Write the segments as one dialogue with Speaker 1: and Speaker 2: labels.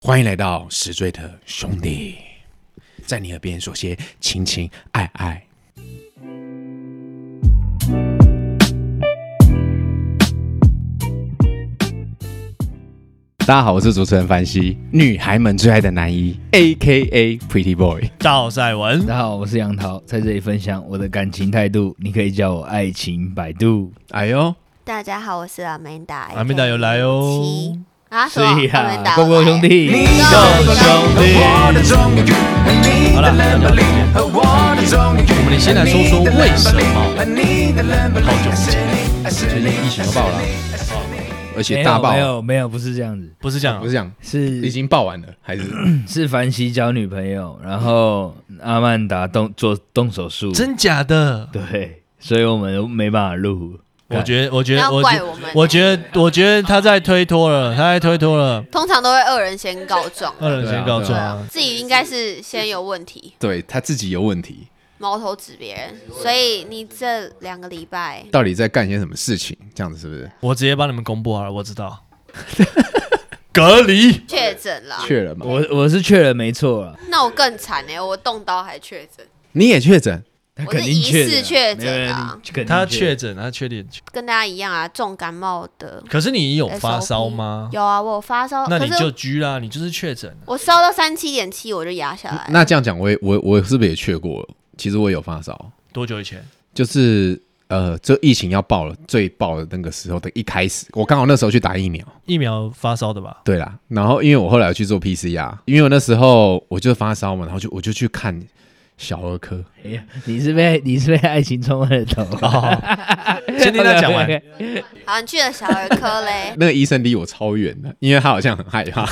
Speaker 1: 欢迎来到史最特兄弟，在你耳边说些情情爱爱。大家好，我是主持人凡西，女孩们最爱的男一，A K A Pretty Boy。
Speaker 2: 赵赛文
Speaker 3: 嗯大家好，我是杨桃，在这里分享我的感情态度，你可以叫我爱情百度。
Speaker 1: 哎呦，
Speaker 4: 大家好，我是阿美达，
Speaker 2: 阿美达有来哦
Speaker 4: 七啊，什
Speaker 3: 所
Speaker 4: 么
Speaker 3: 以
Speaker 4: 阿美
Speaker 3: 啊，
Speaker 4: 达
Speaker 3: 公公
Speaker 4: 有来
Speaker 3: 兄，弟，
Speaker 2: 好了，大家好。我们先来说说为什么好久不见，
Speaker 1: 最近疫情都爆了，哦而且大爆
Speaker 3: 没，有没有，不是这样子，
Speaker 2: 不是这样啊
Speaker 1: 不是，这样，已
Speaker 3: 是
Speaker 1: 经爆完了，还是
Speaker 3: 是凡西交女朋友，然后阿曼达动做动手术，
Speaker 2: 真假的？
Speaker 3: 对，所以我们都没办法录。
Speaker 2: 我觉得，我觉得，
Speaker 4: 要
Speaker 2: 我
Speaker 4: 怪
Speaker 2: 觉
Speaker 4: 我们，啊
Speaker 2: 我觉得，我觉得他在推脱了，他在推脱了。
Speaker 4: 通常都会恶人先告状，
Speaker 2: 二人先告状啊，
Speaker 4: 自己应该是先有问题，
Speaker 1: 对他自己有问题，
Speaker 4: 矛头指别人，所以你这两个礼拜
Speaker 1: 到底在干些什么事情？这样子是不是
Speaker 2: 我直接帮你们公布好了，我知 道。隔离，
Speaker 4: 确诊了，
Speaker 1: 确了嘛？
Speaker 3: 我我是确认没错啊了，
Speaker 4: 那我更惨哎、我动刀还确诊，
Speaker 1: 你也确诊？
Speaker 3: 他
Speaker 4: 我
Speaker 3: 肯
Speaker 4: 是
Speaker 3: 定
Speaker 4: 疑
Speaker 3: 确
Speaker 4: 似
Speaker 3: 诊
Speaker 4: 确
Speaker 3: 没有
Speaker 4: 诊
Speaker 3: 没有
Speaker 4: 啊
Speaker 3: 你肯定
Speaker 2: 他
Speaker 3: 确
Speaker 2: 确诊，他确定。
Speaker 4: 跟大家一样啊，重感冒的。
Speaker 2: 可是你有发烧吗？
Speaker 4: 有啊，我有发烧，
Speaker 2: 那你
Speaker 4: 可
Speaker 2: 就是居啦，你就是确诊。
Speaker 4: 我烧到三七点七，我就压下 来。
Speaker 1: 那这样讲，我也我我是不是也确过了？其实我也有发烧，
Speaker 2: 多久以前？
Speaker 1: 就是呃，这疫情要爆了，最爆的那个时候的一开始，我刚好那时候去打疫苗。
Speaker 2: 疫苗发烧的吧？
Speaker 1: 对啦，然后因为我后来有去做 PCR，因为我那时候我就发烧嘛，然后就我就去看小儿科。，
Speaker 3: 哎呀，你是被你是被爱情冲昏了头。
Speaker 2: 先听他讲 完。
Speaker 4: 好，你去了小儿科嘞
Speaker 1: 那个医生离我超远的，因为他好像很害怕，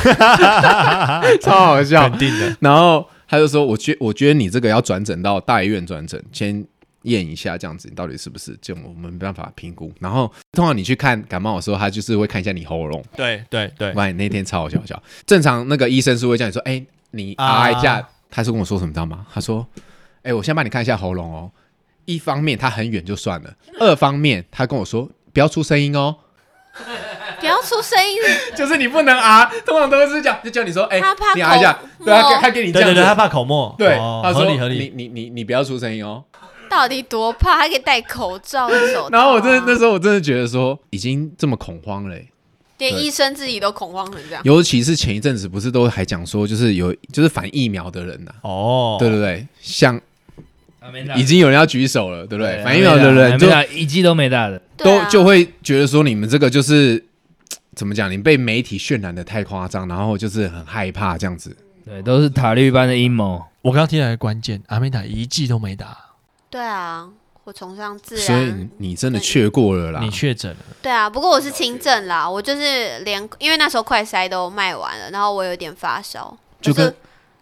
Speaker 1: 超好笑。
Speaker 2: 肯定的，
Speaker 1: 然后他就说：“我觉我觉得你这个要转诊到大医院转诊，先验一下这样子，你到底是不是？就我们没办法评估。然后通常你去看感冒的时候，他就是会看一下你喉咙。
Speaker 2: 对对对，
Speaker 1: 哇，你那天超好笑好笑。正常那个医生是会叫你说：‘哎、你啊一下。
Speaker 2: 啊
Speaker 1: 他是跟我说什么，你知道吗？他说：‘哎、我先帮你看一下喉咙哦。’一方面他很远就算了，二方面他跟我说不要出声音哦，
Speaker 4: 不要出声音，
Speaker 1: 就是你不能啊。通常都是讲就叫你说，哎、
Speaker 4: 他怕
Speaker 1: 你啊一下，对啊，
Speaker 4: 口
Speaker 1: 他他给你这
Speaker 2: 对
Speaker 1: 样
Speaker 2: 对
Speaker 1: 子
Speaker 2: 对，他怕口沫，
Speaker 1: 对，
Speaker 2: 哦
Speaker 1: 他说
Speaker 2: 合理合理。
Speaker 1: 你你你你不要出声音哦。
Speaker 4: 到底多怕？还可以戴口罩、 手套啊
Speaker 1: 然后我真的那时候我真的觉得说，已经这么恐慌了欸、
Speaker 4: 连
Speaker 1: 对
Speaker 4: 医生自己都恐慌成这样。
Speaker 1: 尤其是前一阵子不是都还讲说，就是有就是反疫苗的人呐、啊
Speaker 2: 哦，
Speaker 1: 对对对，像
Speaker 3: 阿曼达
Speaker 1: 已经有人要举手了，对不对？反疫苗
Speaker 3: 阿
Speaker 1: 的
Speaker 3: 曼达
Speaker 1: 人就
Speaker 4: 啊
Speaker 3: 阿曼达一剂都没打的。
Speaker 4: 对
Speaker 1: 都
Speaker 4: 啊
Speaker 1: 就会觉得说，你们这个就是怎么讲？你被媒体渲染的太夸张，然后就是很害怕这样子。
Speaker 3: 对，都是塔利班的阴谋。
Speaker 2: 我刚刚听到一个关键，阿美塔一剂都没打，
Speaker 4: 对啊，我崇尚自
Speaker 1: 所以
Speaker 4: 然。
Speaker 1: 你真的确过了啦，
Speaker 2: 你确诊了，
Speaker 4: 对啊，不过我是轻症啦，我就是连因为那时候快筛都卖完了，然后我有点发烧，
Speaker 1: 就跟
Speaker 4: 是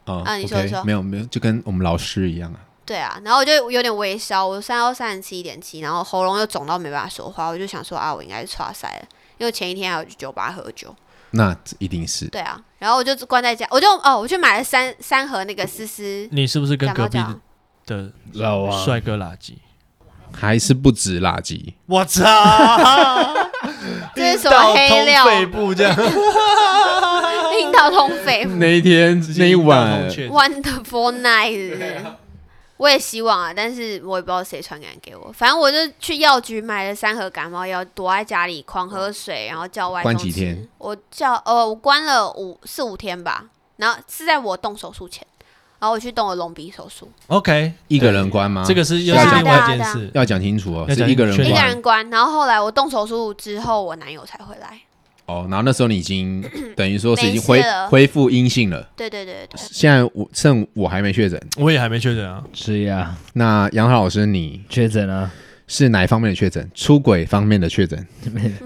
Speaker 1: 啊
Speaker 4: 啊你说
Speaker 1: OK，
Speaker 4: 你说
Speaker 1: 没有没有，就跟我们老师一样啊。
Speaker 4: 对啊，然后我就有点微烧，我三到三十七点七，然后喉咙又肿到没办法说话，我就想说啊，我应该是刷塞了，因为前一天还有去酒吧喝酒。
Speaker 1: 那一定是
Speaker 4: 对啊，然后我就关在家，我就哦，我去买了三三盒那个丝丝
Speaker 2: 你是不是跟
Speaker 4: 感
Speaker 2: 隔
Speaker 4: 冒
Speaker 2: 壁
Speaker 4: 药，
Speaker 2: 的
Speaker 3: 老王
Speaker 2: 帅哥垃圾？
Speaker 1: 还是不止垃圾。
Speaker 2: 我操！
Speaker 4: 这是什么黑
Speaker 2: 一道
Speaker 4: 料
Speaker 2: 通肺部这样，
Speaker 4: 樱桃通肥
Speaker 1: 那一天那一晚，
Speaker 4: Wonderful night，我也希望啊，但是我也不知道谁传染给我。反正我就去药局买了三盒感冒药，躲在家里狂喝水，然后叫外
Speaker 1: 关
Speaker 4: 送
Speaker 1: 几
Speaker 4: 吃
Speaker 1: 天？
Speaker 4: 我叫呃，我关了五四五天吧，然后是在我动手术前，然后我去动了隆鼻手术，
Speaker 2: OK，
Speaker 1: 一个人关吗？
Speaker 2: 这个是又
Speaker 4: 对
Speaker 2: 是
Speaker 4: 啊
Speaker 2: 另外一
Speaker 4: 对啊
Speaker 2: 件事。
Speaker 1: 要讲清楚哦，
Speaker 2: 要讲
Speaker 1: 是一个人
Speaker 2: 确
Speaker 4: 一
Speaker 2: 定
Speaker 4: 个
Speaker 1: 关
Speaker 4: 人关。然后后来我动手术之后，我男友才回来。
Speaker 1: 哦。然后那时候你已 经等于说是已经恢
Speaker 4: 没事了
Speaker 1: 恢复阴性了。
Speaker 4: 对对对对，
Speaker 1: 现在我趁我还没确诊，
Speaker 2: 我也还没确诊啊，
Speaker 3: 是呀，
Speaker 1: 那杨浩老师你
Speaker 3: 确诊啊，
Speaker 1: 是哪一方面的确诊？出轨方面的确诊？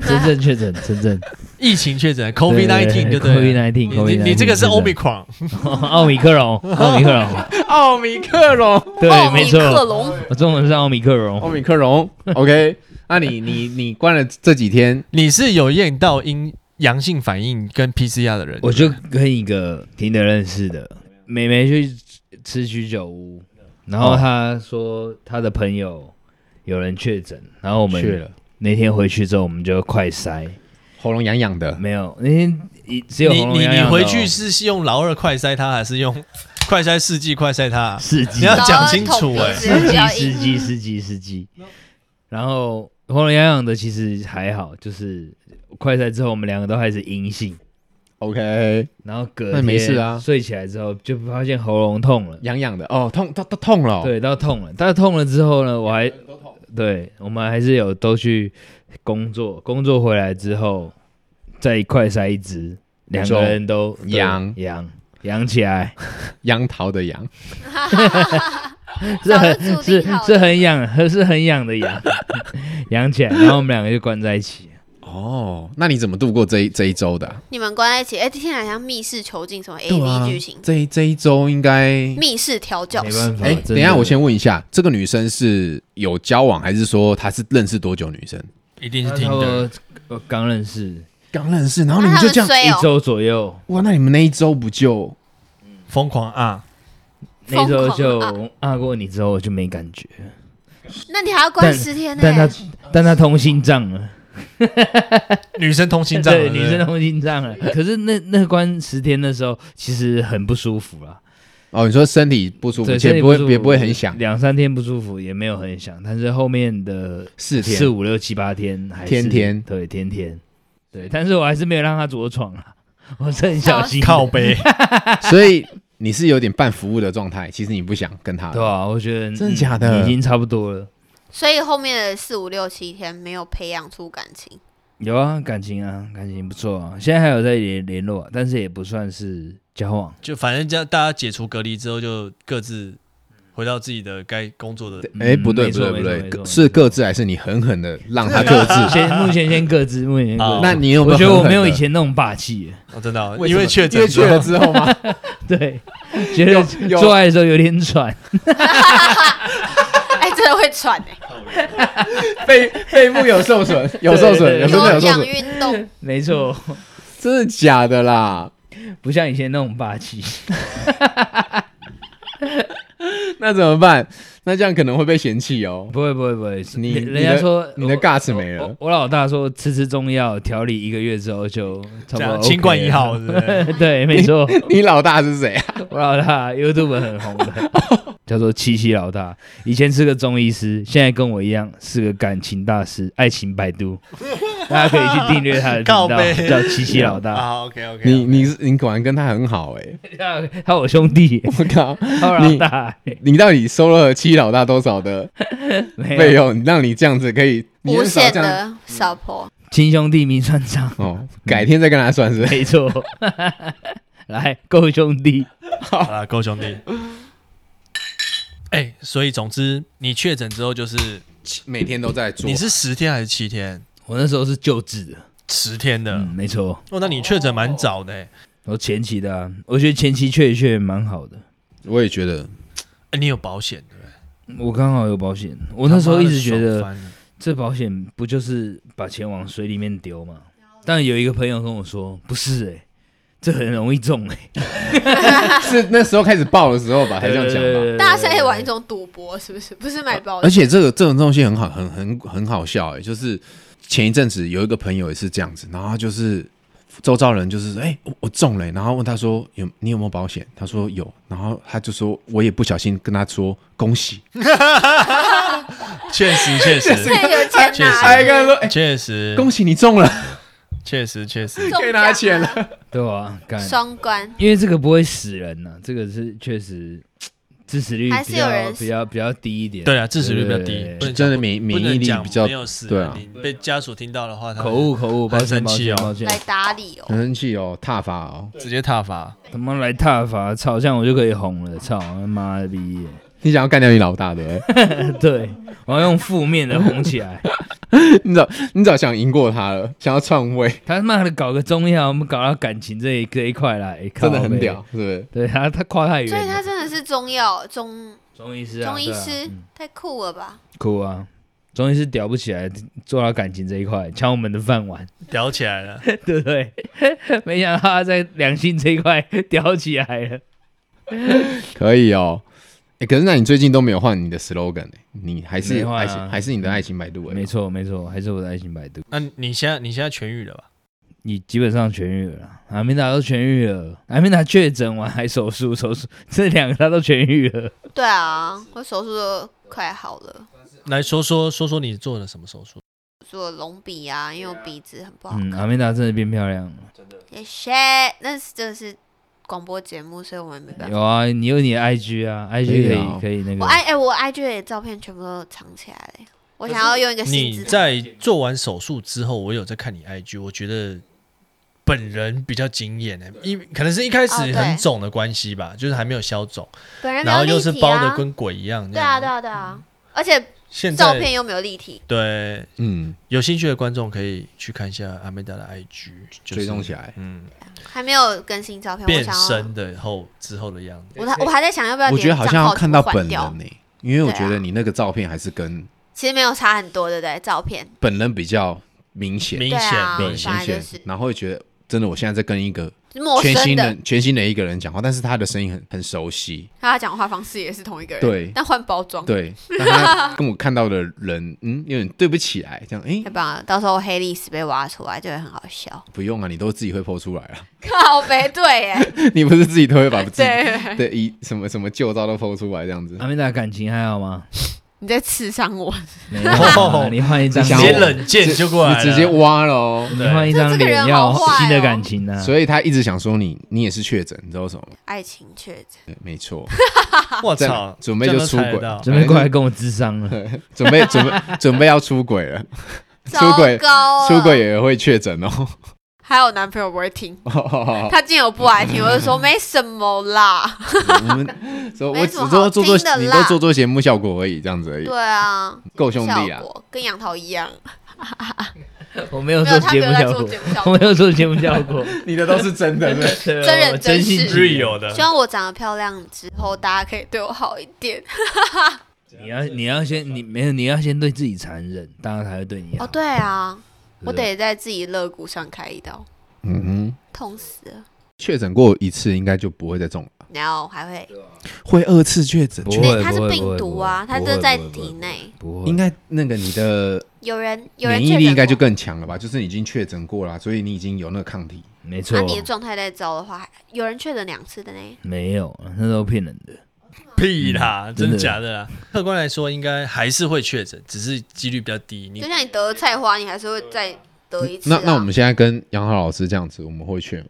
Speaker 3: 真正确诊，真正
Speaker 2: 疫情确诊 COVID nineteen 就对了。
Speaker 3: ，COVID
Speaker 2: 你
Speaker 3: nineteen，
Speaker 2: 你这个是
Speaker 3: Omicron，
Speaker 2: Omicron，
Speaker 3: 奥米克戎，奥 米克戎，
Speaker 1: 奥米克戎，
Speaker 3: 对，
Speaker 4: 奥
Speaker 3: 没
Speaker 4: 密克
Speaker 3: 错，
Speaker 4: 隆
Speaker 3: 我中文是奥米克戎，
Speaker 1: 奥米克戎。OK，那你你你关了这几天，
Speaker 2: 你是有验到阴阳性反应跟 PCR 的人，
Speaker 3: 我就跟一个听得认识的妹妹去吃居酒屋，然后她说她的朋友有人确诊，然后我
Speaker 1: 我们
Speaker 3: 们那天回去之后我们就快筛，
Speaker 1: 喉咙痒痒的，
Speaker 3: 没有，那天一只有
Speaker 2: 你
Speaker 3: 喉咙
Speaker 2: 你
Speaker 3: 痒
Speaker 2: 你
Speaker 3: 痒的哦
Speaker 2: 回去是是用老二快塞他，还是用快塞试剂快塞他？
Speaker 3: 四 季，
Speaker 2: 你要讲清楚哎、
Speaker 4: 老二捅鼻子
Speaker 3: 司
Speaker 4: 比
Speaker 3: 机
Speaker 4: 较
Speaker 3: 司
Speaker 4: 硬
Speaker 3: 机司机司机，然后喉咙痒痒的其实还好，就是快筛之后我们两个都还是阴性，
Speaker 1: OK，
Speaker 3: 然后隔
Speaker 1: 那
Speaker 3: 天
Speaker 1: 没事啊
Speaker 3: 睡起来之后就发现喉咙痛了，
Speaker 1: 痒痒的哦，痛都都痛了哦、
Speaker 3: 对，到痛了，但是痛了之后呢，我还对我们还是有都去工作，工作回来之后再快筛一支，两个人都对
Speaker 1: 痒
Speaker 3: 痒痒起来，
Speaker 1: 杨桃的杨，
Speaker 3: 是
Speaker 4: 早就
Speaker 3: 很
Speaker 4: 注定
Speaker 3: 是
Speaker 4: 好了
Speaker 3: 是很痒，是很痒的痒， 痒起来，然后我们两个就关在一起。
Speaker 1: 哦，那你怎么度过这一这一周的啊、
Speaker 4: 你们关在一起，哎，听起来像密室囚禁什么 A V 剧情，
Speaker 1: 啊这一这一周应该
Speaker 4: 密室调教
Speaker 3: 没
Speaker 4: 室
Speaker 3: 办。法，
Speaker 1: 哎、
Speaker 3: 真的
Speaker 1: 等一下，我先问一下，这个女生是有交往，还是说她是认识多久女生？
Speaker 2: 一定
Speaker 3: 他
Speaker 2: 是听的。
Speaker 3: 说我刚认识
Speaker 1: 刚认识，然后
Speaker 4: 那
Speaker 1: 你们
Speaker 4: 他
Speaker 1: 就
Speaker 4: 们
Speaker 1: 这样，
Speaker 4: 啊
Speaker 3: 一
Speaker 4: 衰哦，
Speaker 3: 周左右，
Speaker 1: 哇，那你们那一周不就
Speaker 2: 疯狂啊！
Speaker 3: 那周就
Speaker 4: 疯
Speaker 3: 按过你之后我就没感觉，
Speaker 4: 那你还要关十天呢？
Speaker 3: 但他但他通心脏了，
Speaker 2: 女生通心脏了，
Speaker 3: 对，
Speaker 2: 对
Speaker 3: 女
Speaker 2: 不对
Speaker 3: 生通心 脏了。可是那那关十天的时候其实很不舒服啦，
Speaker 1: 哦？你说身体不舒服，
Speaker 3: 对，
Speaker 1: 且
Speaker 3: 身体
Speaker 1: 不会
Speaker 3: 舒服
Speaker 1: 也不会很想，
Speaker 3: 两三天不舒服也没有很想，但是后面的
Speaker 1: 四天
Speaker 3: 四五六七八天还是
Speaker 1: 天天
Speaker 3: 对天天对，但是我还是没有让他着床啊，我是很小心的
Speaker 2: 靠背，
Speaker 1: 所以你是有点半服务的状态，其实你不想跟她。
Speaker 3: 对吧、我觉得
Speaker 1: 真的
Speaker 3: 嗯
Speaker 1: 假的
Speaker 3: 已经差不多了。
Speaker 4: 所以后面的四五六七天没有培养出感情，
Speaker 3: 有啊，感情啊，感情不错啊，现在还有在联联络、啊，但是也不算是交往。
Speaker 2: 就反正这样，大家解除隔离之后，就各自回到自己的该工作的。
Speaker 1: 哎、不对
Speaker 3: 没
Speaker 1: 不对不
Speaker 3: 错没错没错
Speaker 1: 对，是各自还是你狠狠的让她各自？
Speaker 3: 先目前先 各自，目前先各自。
Speaker 2: 哦
Speaker 1: 那你有没有
Speaker 3: 我觉
Speaker 1: 狠狠
Speaker 3: 得
Speaker 1: 地？
Speaker 3: 我没有以前那种霸 气，
Speaker 2: 哦，真的哦、
Speaker 1: 为什
Speaker 2: 因
Speaker 1: 么
Speaker 2: 为确
Speaker 1: 因
Speaker 2: 诊
Speaker 1: 为
Speaker 2: 之
Speaker 1: 确
Speaker 2: 后
Speaker 1: 了之后 吗？
Speaker 3: 对， 觉得
Speaker 1: 有有
Speaker 3: 做爱的时候有点喘，
Speaker 4: 哎，真的会喘哎，
Speaker 1: 背背部有受损，有受损，有
Speaker 3: 对
Speaker 1: 真的有
Speaker 4: 有
Speaker 1: 受
Speaker 4: 氧
Speaker 1: 损，
Speaker 4: 运动，
Speaker 3: 没错，
Speaker 1: 真的假的啦？
Speaker 3: 不像以前那种霸气。
Speaker 1: 那怎么办？那这样可能会被嫌弃 哦。
Speaker 3: 不会不会不会，
Speaker 1: 你
Speaker 3: 人
Speaker 1: 你
Speaker 3: 人家
Speaker 1: 的
Speaker 3: 说
Speaker 1: 你的
Speaker 3: 我
Speaker 1: guts 没了
Speaker 3: 我我老大说吃吃中药调理一个月之后就差
Speaker 2: 这
Speaker 3: 不多
Speaker 2: 样
Speaker 3: OK 了、
Speaker 2: 清冠一号，对不对？
Speaker 3: 对，没错，
Speaker 1: 你老大是谁啊？
Speaker 3: 我老大 YouTube 很红的， 叫做七七老大。以前是个中医师，现在跟我一样是个感情大师，爱情百 度。大家可以去订阅他的频
Speaker 2: 靠
Speaker 3: 道，
Speaker 2: 背
Speaker 3: 叫七七老 大。
Speaker 2: 啊，OK OK，
Speaker 1: 你你是你果然跟他很好哎、
Speaker 3: 他我兄弟，
Speaker 1: 我靠，
Speaker 3: 他我老大，
Speaker 1: 你到底收了七老大多少的
Speaker 3: 没
Speaker 1: 费
Speaker 3: 有
Speaker 1: 用，让你这样子可以 你
Speaker 4: 无
Speaker 1: 很少
Speaker 4: 限
Speaker 1: 这样
Speaker 4: 的 support。
Speaker 3: 亲兄弟明算账，
Speaker 1: 哦？改天再跟他算是不是
Speaker 3: 没错。 来，够兄弟，
Speaker 2: 好啦，够兄弟。 哎、所以总之，你确诊之后就是
Speaker 1: 每天都在做
Speaker 2: 你是十天还是七天？
Speaker 3: 我那时候是救治的，
Speaker 2: 十天的。
Speaker 3: 嗯，没错，
Speaker 2: 哦，那你确诊蛮早的、欸
Speaker 3: 我前期的、啊，我觉得前期确确蛮好的。
Speaker 1: 我也觉得
Speaker 2: 哎你有保险对不对？
Speaker 3: 我刚好有保险，我那时候一直觉得
Speaker 2: 他妈的爽翻了
Speaker 3: 这保险不就是把钱往水里面丢吗？但有一个朋友跟我说，不是哎、这很容易中哎、
Speaker 1: 是那时候开始报的时候吧，才这样讲吧。
Speaker 3: 吧
Speaker 4: 大家现在玩一种赌博，是不是？不是买保
Speaker 1: 而
Speaker 4: 险，
Speaker 1: 且这个这种东西很好，很很很好笑哎、就是前一阵子有一个朋友也是这样子，然后他就是周遭人就是哎、我我中了欸、然后问他说有你有没有保险？他说有，然后他就说我也不小心跟他说恭喜，
Speaker 2: 确实确
Speaker 4: 这
Speaker 2: 实
Speaker 4: 有钱
Speaker 2: 确实
Speaker 4: 拿，
Speaker 1: 哎，跟他说哎、
Speaker 2: 确实
Speaker 1: 恭喜你中了，
Speaker 2: 确实确实，
Speaker 4: 中
Speaker 1: 可以拿钱
Speaker 4: 奖
Speaker 1: 了。
Speaker 3: 对啊，干，
Speaker 4: 啊， 双关。
Speaker 3: 因为这个不会死人呐、这个是确实支持率
Speaker 4: 还
Speaker 3: 比
Speaker 4: 是有
Speaker 3: 较
Speaker 4: 人
Speaker 3: 比较比较低一点，
Speaker 2: 对啊，致死率比较低
Speaker 3: 对，
Speaker 2: 不能讲
Speaker 1: 真的免免疫力比较
Speaker 2: 不能讲没有死，
Speaker 1: 对啊
Speaker 2: 你被家属听到的话，他
Speaker 3: 口误口误，抱
Speaker 2: 很
Speaker 3: 歉
Speaker 2: 生
Speaker 3: 抱
Speaker 2: 气
Speaker 3: 歉
Speaker 2: 哦
Speaker 3: 抱歉
Speaker 4: 来，打理哦。
Speaker 1: 很生气哦，踏伐哦。
Speaker 2: 直接踏伐。
Speaker 3: 他妈来踏伐，操，这样我就可以红了，操他妈的逼耶！
Speaker 1: 你想要干掉你老大欸对不
Speaker 3: 对，我要用负面的红起来。
Speaker 1: 对？ 你早你早想赢过他了，想要篡位，
Speaker 3: 他妈的搞个中药，我们搞到感情这一这一块来，哎靠
Speaker 1: 真的很
Speaker 3: 北
Speaker 1: 屌，是不是？
Speaker 3: 对他，他跨太远
Speaker 4: 所以他
Speaker 3: 了。
Speaker 4: 真的是中药中
Speaker 3: 中医师啊，
Speaker 4: 中医
Speaker 3: 对啊
Speaker 4: 师
Speaker 3: 嗯，
Speaker 4: 太酷了吧！
Speaker 3: 酷啊，中医师屌不起来，做到感情这一块，抢我们的饭碗，
Speaker 2: 聊起来了，
Speaker 3: 对不 对？没想到他在两性这一块屌起来了。
Speaker 1: 可以哦。哎，可是那你最近都没有换你的 slogan 哎，你还
Speaker 3: 没
Speaker 1: 是
Speaker 3: 换啊
Speaker 1: 爱情还是你的爱情百度哎
Speaker 3: 没，错，没错，还是我的爱情百度。
Speaker 2: 那你现在你现在痊愈了吧？
Speaker 3: 你基本上痊愈了啦，阿明达都痊愈了，阿明达确诊完还手术， 手术这两个他都痊愈了。
Speaker 4: 对啊，我手术都快好了，
Speaker 5: 来说说说说你做了什么手术？
Speaker 4: 做隆鼻啊，因为我鼻子很不好
Speaker 3: 嗯，阿
Speaker 4: 看。
Speaker 3: 明达真的变漂亮了。
Speaker 4: 谢谢，那是这是广播节目，所以我们没办法。
Speaker 3: 有啊，你有你的 IG 啊，IG
Speaker 1: 可以
Speaker 3: 可以
Speaker 1: 啊
Speaker 3: 可以那
Speaker 4: 我
Speaker 5: 嗯
Speaker 3: 个。
Speaker 4: I 哎、我 IG 的照片全部都藏起来了，我想要用一个新
Speaker 5: 你
Speaker 4: 姿态。
Speaker 5: 在做完手术之后，我有在看你 IG，我觉得本人比较惊艳诶，一可能是一开始
Speaker 4: 哦对
Speaker 5: 很肿的关系吧，就是还没有消肿，
Speaker 4: 本人比
Speaker 5: 然
Speaker 4: 较
Speaker 5: 后
Speaker 4: 立体啊
Speaker 5: 又是包的跟鬼一样这
Speaker 4: 对
Speaker 5: 样。嗯
Speaker 4: 啊对啊对啊，而且
Speaker 5: 现在
Speaker 4: 照片又没有立体。
Speaker 5: 对
Speaker 1: 嗯，
Speaker 5: 有兴趣的观众可以去看一下阿美达的 IG，就是
Speaker 1: 追踪起来。
Speaker 5: 嗯，
Speaker 4: 还没有更新照片，我
Speaker 5: 变
Speaker 4: 想要
Speaker 5: 身的后之后的样子。
Speaker 4: 我还我还在想要不要，
Speaker 1: 我觉得好像要看到本人
Speaker 4: 掉
Speaker 1: 呢、，因为我
Speaker 4: 对啊
Speaker 1: 觉得你那个照片还是跟
Speaker 4: 其实没有差很多，对不对？照片
Speaker 1: 本人比较明显，
Speaker 5: 明
Speaker 4: 对啊，
Speaker 5: 显
Speaker 1: 对，
Speaker 5: 明
Speaker 4: 明
Speaker 5: 显
Speaker 4: 显
Speaker 1: 明
Speaker 4: 就
Speaker 1: 显
Speaker 4: 是，
Speaker 1: 然后会觉得真的，我现在在跟一个
Speaker 4: 陌
Speaker 1: 全
Speaker 4: 生
Speaker 1: 新
Speaker 4: 的
Speaker 1: 的，全新的一个人讲话，但是他的声音很很熟 悉，
Speaker 4: 他讲话方式也是同一个人，
Speaker 1: 对
Speaker 4: 但换包装，
Speaker 1: 对，但他跟我看到的人，嗯，有点对不起来，这样，哎、
Speaker 4: 太棒了！到时候黑历史被挖出来就会很好笑。
Speaker 1: 不用啊，你都自己会剖出来啊，
Speaker 4: 靠背对耶，
Speaker 1: 你不是自己都会把自己
Speaker 4: 对，
Speaker 1: 对一什么什么旧照都剖出来这样子
Speaker 3: 阿，明达感情还好吗？
Speaker 4: 你在刺伤我，
Speaker 3: 没有啊，你换一张
Speaker 1: 你
Speaker 5: 直
Speaker 1: 想
Speaker 5: 接
Speaker 1: 要
Speaker 3: 脸，
Speaker 5: 冷箭就过来了，
Speaker 1: 你直接挖了哦。
Speaker 3: 你换一张
Speaker 4: 这个
Speaker 3: 脸
Speaker 4: 人
Speaker 3: 要
Speaker 4: 好坏哦
Speaker 3: 新的感情啊呢。
Speaker 1: 所以他一直想说你，你也是确诊，你知道为什么吗？
Speaker 4: 爱情确诊，
Speaker 1: 对没错，
Speaker 5: 我
Speaker 1: 这
Speaker 5: 操
Speaker 1: 样，准备就出轨
Speaker 5: 这样都猜得到
Speaker 3: 准备过来跟我智商了。
Speaker 1: 准备准备准备要出轨了，出
Speaker 4: 糟
Speaker 1: 轨
Speaker 4: 糕了，
Speaker 1: 出轨也会确诊哦。
Speaker 4: 还有男朋友不会听，他竟然有不爱听，我就说没什么 啦，
Speaker 1: 我们说我
Speaker 4: 没
Speaker 1: 只
Speaker 4: 什么
Speaker 1: 做
Speaker 4: 好
Speaker 1: 做做
Speaker 4: 听的，
Speaker 1: 你
Speaker 4: 啦
Speaker 1: 都做做节目效果而已，这样子而已
Speaker 4: 对，啊，
Speaker 1: 够兄弟
Speaker 4: 效
Speaker 1: 啊！
Speaker 4: 果跟杨桃一样，
Speaker 3: 我没有
Speaker 4: 没有
Speaker 3: 做
Speaker 4: 他没
Speaker 3: 节
Speaker 4: 有
Speaker 3: 目
Speaker 4: 在
Speaker 3: 效
Speaker 4: 做
Speaker 3: 果
Speaker 4: 节，目效
Speaker 3: 我
Speaker 4: 果
Speaker 3: 没，有做节目效 果，
Speaker 1: 你的都是真的， 对。
Speaker 3: 真
Speaker 4: 真人真事
Speaker 3: 心实意
Speaker 5: real 的
Speaker 4: 希，望我长得漂亮之后，大家可以对我好一 点。
Speaker 3: 你要你要先你没有你要先对自己残忍，大家才会对你好
Speaker 4: 哦，。对啊，
Speaker 3: 对
Speaker 4: 我得在自己肋骨上开一刀，
Speaker 1: 嗯哼，
Speaker 4: 痛死了。
Speaker 1: 确诊过一次应该就不会再中了，
Speaker 4: 然后还会，
Speaker 1: 会二次确诊
Speaker 3: 不
Speaker 1: 确
Speaker 3: 会
Speaker 4: 那它是
Speaker 3: 不会不
Speaker 4: 病
Speaker 3: 会
Speaker 4: 毒
Speaker 3: 不
Speaker 4: 啊，
Speaker 3: 会
Speaker 4: 它
Speaker 3: 不
Speaker 4: 这
Speaker 3: 会
Speaker 4: 在
Speaker 3: 不会不
Speaker 4: 体
Speaker 3: 会
Speaker 4: 内。
Speaker 3: 不会
Speaker 1: 应该那个你的
Speaker 4: 有人有人
Speaker 1: 免
Speaker 4: 确
Speaker 1: 疫
Speaker 4: 诊
Speaker 1: 力应该
Speaker 4: 过
Speaker 1: 就更强了吧？就是你已经确诊过了，所以你已经有那个抗体。
Speaker 3: 没错
Speaker 4: 那、，你的状态再糟的话，还有人确诊两次的呢。
Speaker 3: 没有那都骗人的。
Speaker 5: 屁啦，真
Speaker 3: 真
Speaker 5: 的
Speaker 3: 的
Speaker 5: 假的啦？客观来说，应该还是会确诊，只是几率比较低。你
Speaker 4: 就像你得了菜花，你还是会再得一次、
Speaker 1: 那
Speaker 4: 啊
Speaker 1: 那我们现在跟杨浩老师这样子，我们会去吗？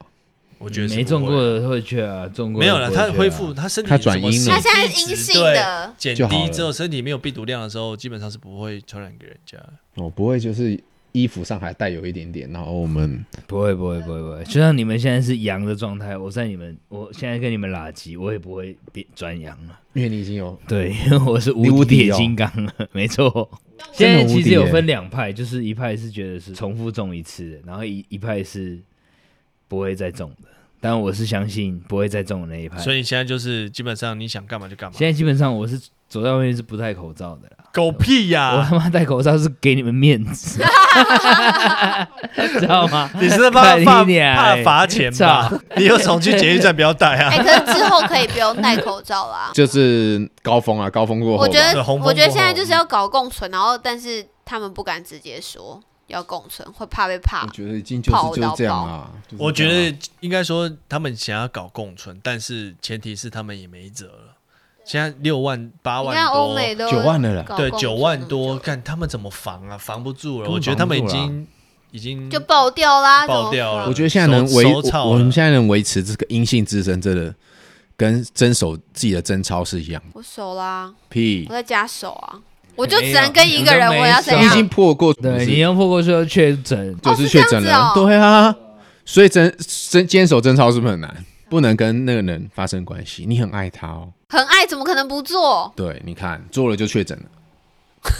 Speaker 5: 我觉得是
Speaker 3: 没中
Speaker 5: 不会
Speaker 3: 过的会去啊，中过的
Speaker 5: 没有了，
Speaker 3: 不会去啊
Speaker 5: 他恢复，他身体
Speaker 1: 他转阴了
Speaker 4: 他现在是阴性，的，
Speaker 5: 减
Speaker 1: 就好
Speaker 5: 低
Speaker 1: 了
Speaker 5: 之后，身体没有病毒量的时候，基本上是不会传染给人家的。
Speaker 1: 哦，不会，就是衣服上还带有一点点，然后我们
Speaker 3: 不会不会不会不会，就像你们现在是阳的状态，我在你们，我现在跟你们拉鸡，我也不会变转啊阳了。
Speaker 1: 因为你已经有
Speaker 3: 对，因为我是
Speaker 1: 你无
Speaker 3: 无敌
Speaker 1: 敌
Speaker 3: 铁
Speaker 1: 哦
Speaker 3: 金刚了，没错。现
Speaker 1: 真的
Speaker 3: 在
Speaker 1: 无
Speaker 3: 其实
Speaker 1: 敌
Speaker 3: 有
Speaker 1: 耶。
Speaker 3: 分两派，就是一派是觉得是重复中一次的，然后一一派是不会再中的。但我是相信不会再中的那一派。
Speaker 5: 所以现在就是基本上你想干嘛就干嘛
Speaker 3: 现，在基本上我是走在外面是不戴口罩的啦。
Speaker 5: 狗屁
Speaker 3: 我
Speaker 5: 呀！
Speaker 3: 他妈戴口罩是给你们面子，知道吗？
Speaker 5: 你是他
Speaker 3: 看
Speaker 5: 妈
Speaker 3: 你
Speaker 5: 怕
Speaker 3: 俩
Speaker 5: 怕
Speaker 3: 欸
Speaker 5: 罚钱吧？你有种去捷运站不要带
Speaker 4: 哎、
Speaker 5: 啊！
Speaker 4: 可是之后可以不用戴口罩啦
Speaker 1: 就是高峰啊，高峰过后
Speaker 4: 我
Speaker 1: 吧，
Speaker 4: 觉
Speaker 5: 对
Speaker 4: 得，
Speaker 5: 红
Speaker 4: 我
Speaker 5: 枫
Speaker 4: 觉得
Speaker 5: 过
Speaker 4: 现在
Speaker 5: 后
Speaker 4: 就是要搞共存，然后但是他们不敢直接说要共存，会怕被怕
Speaker 1: 我。觉得已经就是
Speaker 4: 泡
Speaker 1: 就是
Speaker 4: 到
Speaker 1: 这样啊。就是
Speaker 5: 我觉
Speaker 1: 这样啊
Speaker 5: 得应该说他们想要搞共存，但是前提是他们也没辙了。现在六万八
Speaker 4: 你
Speaker 5: 万
Speaker 4: 看欧
Speaker 5: 多，
Speaker 4: 美都
Speaker 1: 九万了啦
Speaker 4: 搞
Speaker 5: 对
Speaker 4: 共
Speaker 5: 九
Speaker 4: 存
Speaker 5: 万
Speaker 4: 那么
Speaker 5: 多，
Speaker 4: 久
Speaker 5: 看他们怎么防啊，防不住了。
Speaker 1: 根本
Speaker 5: 我觉得他们已
Speaker 1: 防不住啦
Speaker 5: 经已经
Speaker 4: 就爆掉啦，
Speaker 5: 爆掉
Speaker 4: 怎么
Speaker 5: 了
Speaker 4: 防
Speaker 1: 我觉得现在能维，
Speaker 5: 手手
Speaker 1: 我
Speaker 5: 操了
Speaker 1: 我们现在能维持这个阴性之身，真的跟真守自己的贞操是一样的。
Speaker 4: 我手啦，
Speaker 1: 屁
Speaker 4: 我，在家手啊，我就只能跟一个人，我要怎
Speaker 3: 对啊
Speaker 1: 你已
Speaker 4: 样
Speaker 1: 经？破过
Speaker 3: 对，
Speaker 1: 是
Speaker 3: 你用破过去要确诊，
Speaker 1: 九
Speaker 4: 哦
Speaker 1: 次
Speaker 4: 是
Speaker 1: 确诊
Speaker 4: 这样
Speaker 1: 了，
Speaker 4: 子哦
Speaker 1: 对啊。所以真真坚守贞操是不是很难？不能跟那个人发生关系，你很爱他哦。
Speaker 4: 很爱怎么可能不 做？
Speaker 1: 对，你看做了就确诊了，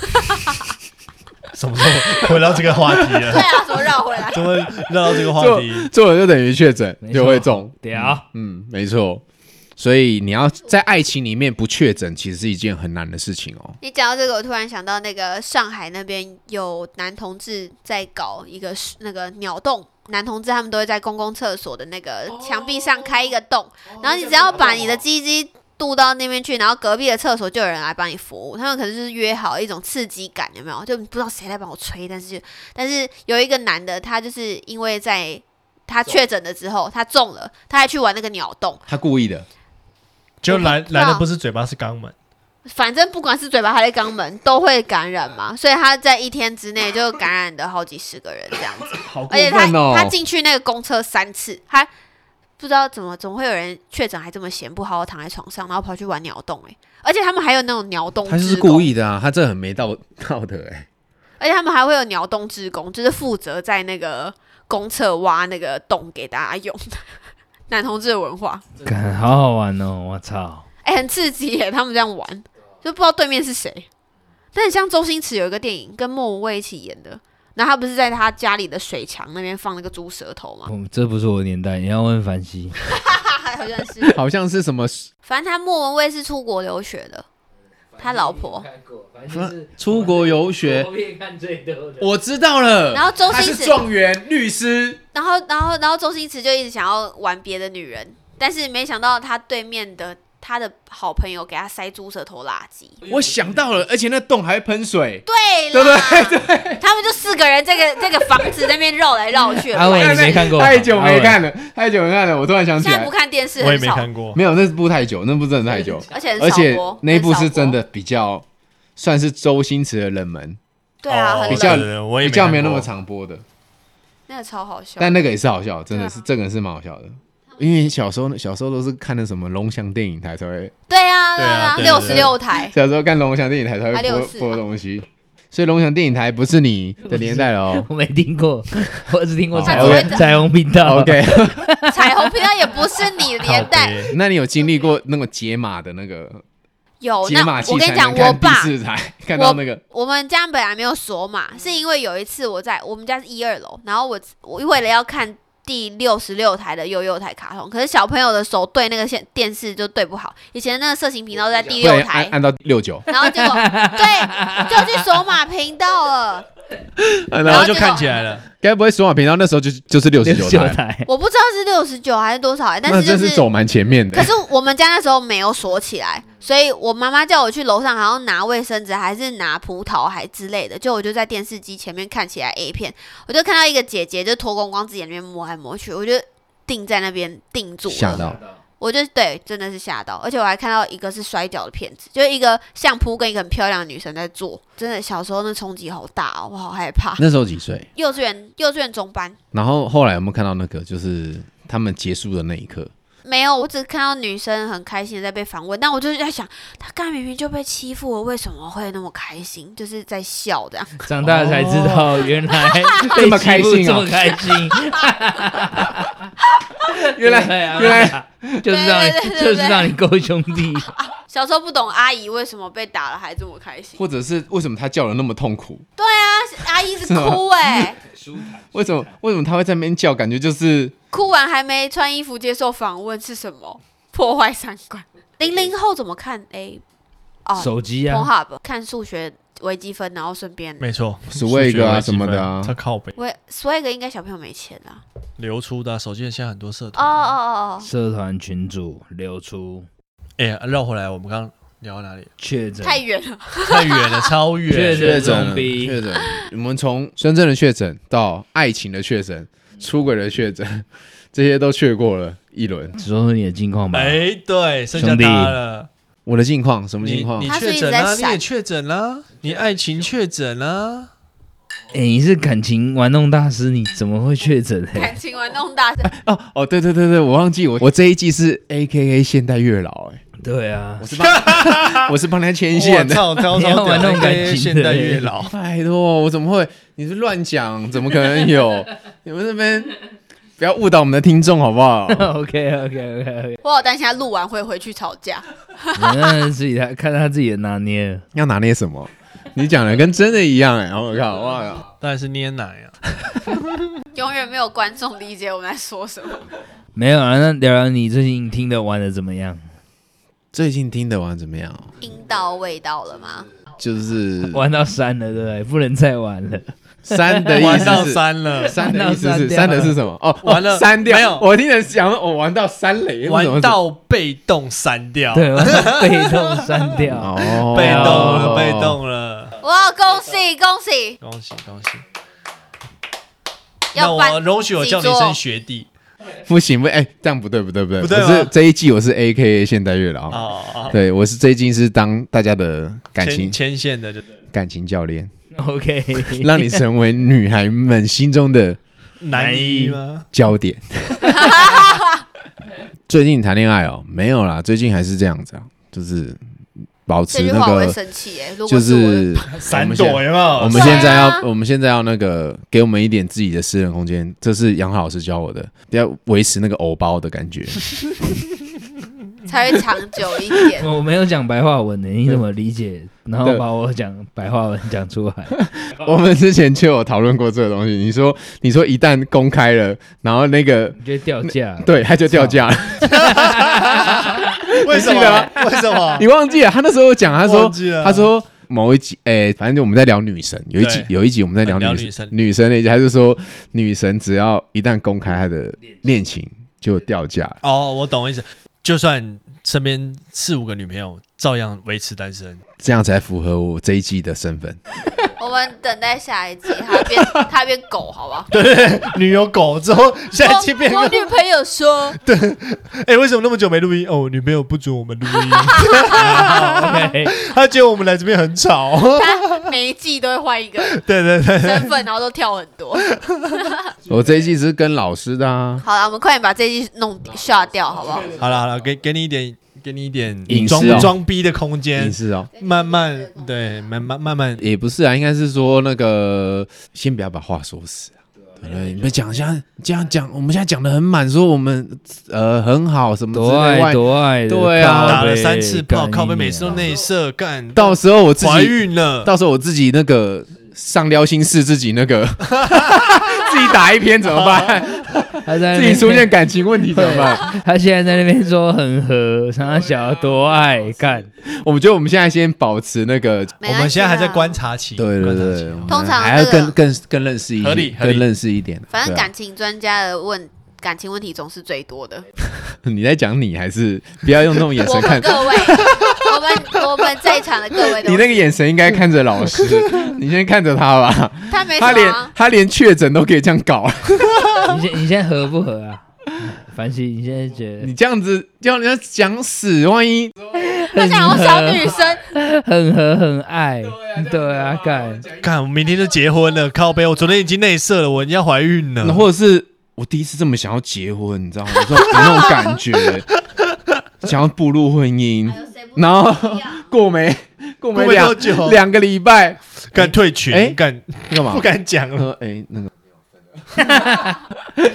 Speaker 5: 什么时候回到这个话题
Speaker 4: 对
Speaker 5: 了？
Speaker 4: 啊，怎么绕回来？
Speaker 5: 怎么绕到这个话
Speaker 1: 做
Speaker 5: 题？
Speaker 1: 做了就等于确诊
Speaker 3: 没，错
Speaker 1: 就会中。
Speaker 3: 屌，
Speaker 1: 嗯，没错。所以你要在爱情里面不确诊，其实是一件很难的事情哦。
Speaker 4: 你讲到这个，我突然想到那个上海那边有男同志在搞一个是那个鸟洞，男同志他们都会在公共厕所的那个墙壁上开一个洞，然后你只要把你的鸡鸡渡到那边去，然后隔壁的厕所就有人来帮你服务。他们可能就是约好一种刺激感，有没有？就不知道谁在帮我吹，但是就但是有一个男的，他就是因为在他确诊了之后，他中了，他还去玩那个鸟洞。
Speaker 1: 他故意的，
Speaker 5: 就来
Speaker 4: 知道
Speaker 5: 来的不是嘴巴是肛门，
Speaker 4: 反正不管是嘴巴还是肛门都会感染嘛，所以他在一天之内就感染了好几十个人这样子。
Speaker 1: 好哦
Speaker 4: 而且他、他进去那个公车三次，他不知道怎么总会有人确诊还这么闲，不好好躺在床上，然后跑去玩鸟洞哎、而且他们还有那种鸟洞，
Speaker 1: 他就是故，意的啊，他这很没道 道德哎、
Speaker 4: 而且他们还会有鸟洞职工，就是负责在那个公厕挖那个洞给大家用 的男同志的文化，
Speaker 3: 感好好玩哦！我操，
Speaker 4: 哎、很刺激耶、他们这样玩，
Speaker 1: 啊
Speaker 4: 就不知道对面是谁。但很像周星驰有一个电影跟莫文蔚一起演的，然后他不是在他家里的水墙那边放那个猪舌头吗？
Speaker 3: 我们这不是我的年代，你要问凡西。
Speaker 1: 嗯
Speaker 4: 好像是，
Speaker 1: 好像是什么
Speaker 4: 反正他莫文蔚是出国留学的，
Speaker 1: 嗯
Speaker 4: 他老婆。
Speaker 1: 出国游学。
Speaker 3: 片看最多的。
Speaker 1: 我知道了，
Speaker 4: 然后周
Speaker 1: 他
Speaker 4: 星
Speaker 1: 是
Speaker 4: 驰
Speaker 1: 状元、律师，
Speaker 4: 然后，然后，然后周星驰就一直想要玩别的女人，但是没想到他对面的他的好朋友给他塞猪舌头垃圾。
Speaker 1: 我想到了，而且那洞还喷水，
Speaker 4: 对
Speaker 1: 对不
Speaker 4: 啦，
Speaker 1: 对？对，
Speaker 4: 他们就四个人，这个这个房子那边绕来绕去。
Speaker 5: 啊
Speaker 3: 阿
Speaker 1: 哎
Speaker 3: 伟，你没看过？。
Speaker 1: 太久没看了，太久没看了，我突然想起
Speaker 4: 现在
Speaker 1: 来
Speaker 4: 不，看电视
Speaker 5: 我也
Speaker 4: 很
Speaker 5: 没
Speaker 4: 少，
Speaker 5: 看过。
Speaker 1: 没有那部太久，那部真的太久，
Speaker 4: 而且很
Speaker 1: 而
Speaker 4: 少
Speaker 1: 且
Speaker 4: 播
Speaker 1: 那一部
Speaker 4: 很少
Speaker 1: 是真
Speaker 4: 播
Speaker 1: 的比较算是周星驰的冷门，
Speaker 4: 对啊，
Speaker 5: 哦
Speaker 4: 很
Speaker 1: 比
Speaker 4: 冷
Speaker 1: 较
Speaker 5: 对对对我也
Speaker 1: 比较没
Speaker 5: 看
Speaker 1: 那
Speaker 5: 过
Speaker 1: 么。常播的，
Speaker 4: 那个超好笑。
Speaker 1: 但那个也是好笑，真的是
Speaker 4: 啊对啊
Speaker 1: 这个是蛮好笑的。因为小时候，小时候都是看的什么龙翔电影台才会，
Speaker 4: 对啊，
Speaker 5: 对
Speaker 4: 对
Speaker 5: 啊
Speaker 4: 啊，
Speaker 5: 对
Speaker 4: 六
Speaker 5: 对
Speaker 4: 十
Speaker 5: 对
Speaker 4: 六台。
Speaker 1: 小时候看龙翔电影台才
Speaker 4: 还
Speaker 1: 会播
Speaker 4: 64
Speaker 1: 播东西，所以龙翔电影台不是 你的年代了哦
Speaker 3: 我没听过， 我只听过彩
Speaker 4: 他
Speaker 3: 虹
Speaker 4: 只会
Speaker 3: 彩虹频道。
Speaker 1: OK，
Speaker 4: 彩虹频道也不是你的年
Speaker 5: 靠
Speaker 4: 代，
Speaker 5: 北
Speaker 1: 那你有经历过那个解码的那个
Speaker 4: 有
Speaker 1: 解
Speaker 4: 哦那
Speaker 1: 码器
Speaker 4: 我跟
Speaker 1: 才
Speaker 4: 你讲，
Speaker 1: 能
Speaker 4: 我
Speaker 1: 看第
Speaker 4: 爸
Speaker 1: 四台，看到那个
Speaker 4: 我们家本来没有锁码，是因为有一次我在我们家是一二楼，然后我我为了要看第六十六台的幼幼台卡通，可是小朋友的手对那个线电视就对不好，以前那个色情频道在第
Speaker 1: 不
Speaker 4: 六
Speaker 1: 然按
Speaker 4: 台，
Speaker 1: 按到六九，
Speaker 4: 然后结果对就去锁码频道了，
Speaker 1: 按
Speaker 5: 然
Speaker 1: 到
Speaker 5: 后就看起来了，
Speaker 1: 该不会索马频道那时候就就是六十九
Speaker 3: 九
Speaker 1: 台，
Speaker 3: 台，
Speaker 4: 我不知道是六十九还是多少、但
Speaker 1: 那
Speaker 4: 是就
Speaker 1: 真是走蛮前面的
Speaker 4: 可。是我们家那时候没有锁起来，所以我妈妈叫我去楼上，好像拿卫生纸还是拿葡萄还之类的，就我就在电视机前面看起来 A 片，我就看到一个姐姐就脱光光自己在那边摸来摸去，我就定在那边定住
Speaker 1: 吓
Speaker 4: 了，
Speaker 1: 到，
Speaker 4: 我就对真的是吓到，而且我还看到一个是摔跤的片子，就一个相扑跟一个很漂亮的女生在做，真的小时候那冲击好大哦，我好害怕。
Speaker 1: 那时候几岁？
Speaker 4: 幼稚园幼稚园中班
Speaker 1: 然后后来有没有看到那个就是他们结束的那一刻？
Speaker 4: 没有，我只看到女生很开心的在被访问，但我就是在想，她刚才明明就被欺负了，为什么会那么开心？就是在笑 这样。
Speaker 3: 长大才知道原来被
Speaker 1: 这么开心哦
Speaker 3: 欺负这么开心。啊
Speaker 1: 原来
Speaker 3: 对啊
Speaker 1: 原来
Speaker 3: 就是让你
Speaker 4: 对对对对对
Speaker 3: 就是让你够兄弟，
Speaker 4: 小时候不懂阿姨为什么被打了还这么开心，啊
Speaker 1: 或者是为什么他叫的那么痛苦？
Speaker 4: 阿阿姨是哭哎、
Speaker 1: 为什么
Speaker 5: 啊
Speaker 1: 为什么他会在那边叫？感觉就是
Speaker 4: 哭完还没穿衣服接受访问是什么？破坏三观。零零后怎么看 A？哦
Speaker 3: 手机啊，
Speaker 4: ，PornHub 看数学微积分，然后顺便
Speaker 5: 没错，
Speaker 1: 数位哥啊
Speaker 5: 数
Speaker 1: 什
Speaker 5: 学微积分
Speaker 1: 么的啊
Speaker 5: 他靠北
Speaker 4: 我 swag 应该小朋友没钱啊。
Speaker 5: 流出的啊，手机现在很多社
Speaker 4: 哦
Speaker 5: 团。
Speaker 4: 哦哦哦，
Speaker 3: 社团群主流出
Speaker 5: 哎，绕回来，我们刚刚聊到哪里？
Speaker 3: 确诊，
Speaker 4: 太远了，
Speaker 5: 太远了，超远。
Speaker 3: 确诊
Speaker 1: 了
Speaker 3: 中兵
Speaker 1: 确诊。我们从深圳的确诊到爱情的确诊、出轨的确诊， 这些都确过了一轮。
Speaker 3: 只说说你的近况吧。
Speaker 5: 哎，对，剩下
Speaker 3: 兄弟
Speaker 5: 他了。
Speaker 1: 我的近况什么
Speaker 5: 你
Speaker 1: 近况
Speaker 5: 你？
Speaker 4: 他是
Speaker 5: 确
Speaker 4: 一直
Speaker 5: 诊
Speaker 4: 在
Speaker 5: 啦，你
Speaker 4: 闪
Speaker 5: 也确诊啦，你爱情确诊啊啦。
Speaker 3: 哎，你是感情玩弄大师，你怎么会确诊？哎，
Speaker 4: 感情玩弄大 师。
Speaker 1: 哦哦，对对对对，我忘记我我这一季是 A K A 现代月老、哎，
Speaker 3: 对 啊，
Speaker 1: 我是帮 我是帮他牵线
Speaker 5: 我
Speaker 1: 的。
Speaker 5: 操，超
Speaker 3: 你
Speaker 5: 超
Speaker 3: 要玩那种感情的
Speaker 5: 哎现代月老。
Speaker 1: 拜托，我怎么会？你是乱讲，怎么可能有？ 你们那边不要误导我们的听众好不好？
Speaker 3: OK OK OK OK，
Speaker 4: 我好担心他录完会回去吵架。
Speaker 3: 那自己他看他自己的拿捏。
Speaker 1: 要拿捏什么？ 你讲的跟真的一样哎、我靠，我靠！
Speaker 5: 当然是捏奶啊！
Speaker 4: 永远没有观众理解我们在说什么。
Speaker 3: 没有啊，那聊聊你最近听的玩的怎么样？
Speaker 1: 最近听的完怎么样？
Speaker 4: 阴道味道了吗？
Speaker 1: 就是
Speaker 3: 玩到删了，对不对？不能再玩了。
Speaker 1: 三的意
Speaker 5: 哎玩
Speaker 1: 思
Speaker 5: 到
Speaker 1: 是
Speaker 5: 三
Speaker 3: 哎
Speaker 5: 了，
Speaker 1: 三的意思是
Speaker 3: 玩到删掉
Speaker 1: 三的是什么？哦，
Speaker 5: 完了
Speaker 1: 哦删掉。
Speaker 5: 没有
Speaker 1: 我听人讲我哦玩到三雷，我怎么
Speaker 5: 玩到被动删掉，
Speaker 3: 对， 我要被动删掉。
Speaker 1: 哦，
Speaker 5: 被动了，被。动了，
Speaker 4: 哇，恭喜恭喜！
Speaker 5: 恭喜恭喜！那
Speaker 4: 要
Speaker 5: 我
Speaker 4: 搬
Speaker 5: 容许我叫你一声学弟
Speaker 1: 不行不，哎，这样不对不对不对，
Speaker 5: 不对
Speaker 1: 我
Speaker 5: 吗
Speaker 1: 是这一季我是 A K A 现代月老，
Speaker 5: 哦，
Speaker 1: 对我是这一季是当大家的感情
Speaker 5: 牵牵线的，就对
Speaker 1: 感情教练，
Speaker 3: OK，
Speaker 1: 让你成为女孩们心中的
Speaker 5: 男一
Speaker 3: 一
Speaker 5: 吗？
Speaker 1: 焦点。最近谈恋爱哦，没有啦，最近还是这样子啊，就是保
Speaker 4: 这
Speaker 1: 持
Speaker 4: 句
Speaker 1: 那
Speaker 4: 话我会
Speaker 1: 个，
Speaker 4: 生气哎、如
Speaker 1: 就
Speaker 4: 果是我的
Speaker 1: 是我们现
Speaker 5: 有没有
Speaker 1: 我们现在
Speaker 4: 对啊
Speaker 1: 要，我们现在要那个，给我们一点自己的私人空间，这是杨老师教我的，不要维持那个偶包的感觉。
Speaker 4: 才会长久一 点。
Speaker 3: 我没有讲白话文的，你怎么理解？然后把我讲白话文讲出来，
Speaker 1: 我们之前就有讨论过这个东西，你说，你说一旦公开了，然后那个
Speaker 3: 你就掉价。
Speaker 1: 对他就掉价了，你记得吗
Speaker 5: 为什么？为什么？
Speaker 1: 你忘记了？他那时候有讲，他说
Speaker 5: 忘记了
Speaker 1: 他说某一集，哎、反正就我们在聊女神，有一集
Speaker 5: 对嗯
Speaker 1: 有一集我们在聊
Speaker 5: 聊
Speaker 1: 女
Speaker 5: 女神
Speaker 1: 女神那一集，他就说女神只要一旦公开她的恋情就掉价了。
Speaker 5: 哦，我懂意思。就算身边四五个女朋友，照样维持单身。
Speaker 1: 这样才符合我这一季的身份。
Speaker 4: 我们等待下一集，他变 他变狗，好不好？
Speaker 5: 女友狗之 后，现在变
Speaker 4: 我我女朋友说，
Speaker 5: 哎，为什么那么久没录音？哦，女朋友不准我们录 音，
Speaker 3: OK，
Speaker 5: 她觉得我们来这边很 吵。
Speaker 4: 她每一季都会换 一个
Speaker 5: 对对对，
Speaker 4: 身份，然后都跳很 多。
Speaker 1: 我这一季是跟老师的啊，
Speaker 4: 好了，我们快点把这一季弄刷掉，好不好？
Speaker 5: 好了好了，给给你一点，给你一点
Speaker 1: 隐私
Speaker 5: 装
Speaker 1: 哦
Speaker 5: 装逼的空间
Speaker 1: 也，是哦，
Speaker 5: 慢慢对，慢慢慢慢
Speaker 1: 也不是啊，应该是说那个先不要把话说死啊。对不对，你们讲一下，这样讲，我们现在讲的很满，说我们呃很好什么之
Speaker 3: 多
Speaker 1: 类
Speaker 3: 爱
Speaker 1: 外，
Speaker 3: 多爱的，
Speaker 1: 对啊
Speaker 5: 打了三次炮，靠
Speaker 3: 背啊
Speaker 5: 背每
Speaker 1: 哦
Speaker 5: 次都内射，干
Speaker 1: 到时候我自
Speaker 5: 怀
Speaker 1: 己
Speaker 5: 孕 了，
Speaker 1: 到时候我自己那个上撩心事，自己那个 自己打一篇怎么 办？
Speaker 3: 他在那
Speaker 1: 自
Speaker 3: 边
Speaker 1: 己出现感情问题怎么办？
Speaker 3: 他现在在那边说很和，他小多爱
Speaker 5: 啊
Speaker 3: 干，
Speaker 1: 我们觉得我们现在先保持那个，
Speaker 4: 没
Speaker 5: 我
Speaker 4: 关系
Speaker 5: 们现在还在
Speaker 4: 啦
Speaker 5: 观察期，
Speaker 1: 对对
Speaker 5: 观察期
Speaker 1: 对，我们
Speaker 4: 通常
Speaker 1: 还要
Speaker 4: 那个
Speaker 1: 更更更认识一
Speaker 5: 合理
Speaker 1: 点，
Speaker 5: 合理
Speaker 1: 更认识一点。
Speaker 4: 反正
Speaker 1: 对啊
Speaker 4: 感情专家的问感情问题总是最多的。
Speaker 1: 你在讲你还是不要用那种眼
Speaker 4: 我
Speaker 1: 神
Speaker 4: 们
Speaker 1: 看，
Speaker 4: 各位， 我们我们在场的各位都，
Speaker 1: 你那个眼神应该看着老师， 你先看着他吧。
Speaker 4: 他没
Speaker 1: 他
Speaker 4: 什么
Speaker 1: 连
Speaker 4: 啊，
Speaker 1: 他连确诊都可以这样搞，
Speaker 3: 你现你现在合不合啊？ 凡西，你现在觉得
Speaker 1: 你这样子叫人家讲死，万一
Speaker 4: 他想要小女生，
Speaker 1: 嗯
Speaker 3: 很和很爱，对啊，干，
Speaker 5: 看，我明天就结婚了，靠背，我昨天已经内射了，我要怀孕了，
Speaker 1: 或者是我第一次这么想要结婚，你知道吗？有这种有那种感觉，想要步入婚姻，
Speaker 4: 哎
Speaker 1: 然后
Speaker 4: 啊
Speaker 1: 过没过没
Speaker 5: 过没
Speaker 1: 两
Speaker 5: 多久
Speaker 1: 两个礼拜，
Speaker 5: 干退
Speaker 1: 哎
Speaker 5: 群，干
Speaker 1: 干嘛
Speaker 5: 不？敢讲了，
Speaker 1: 说哎那 个，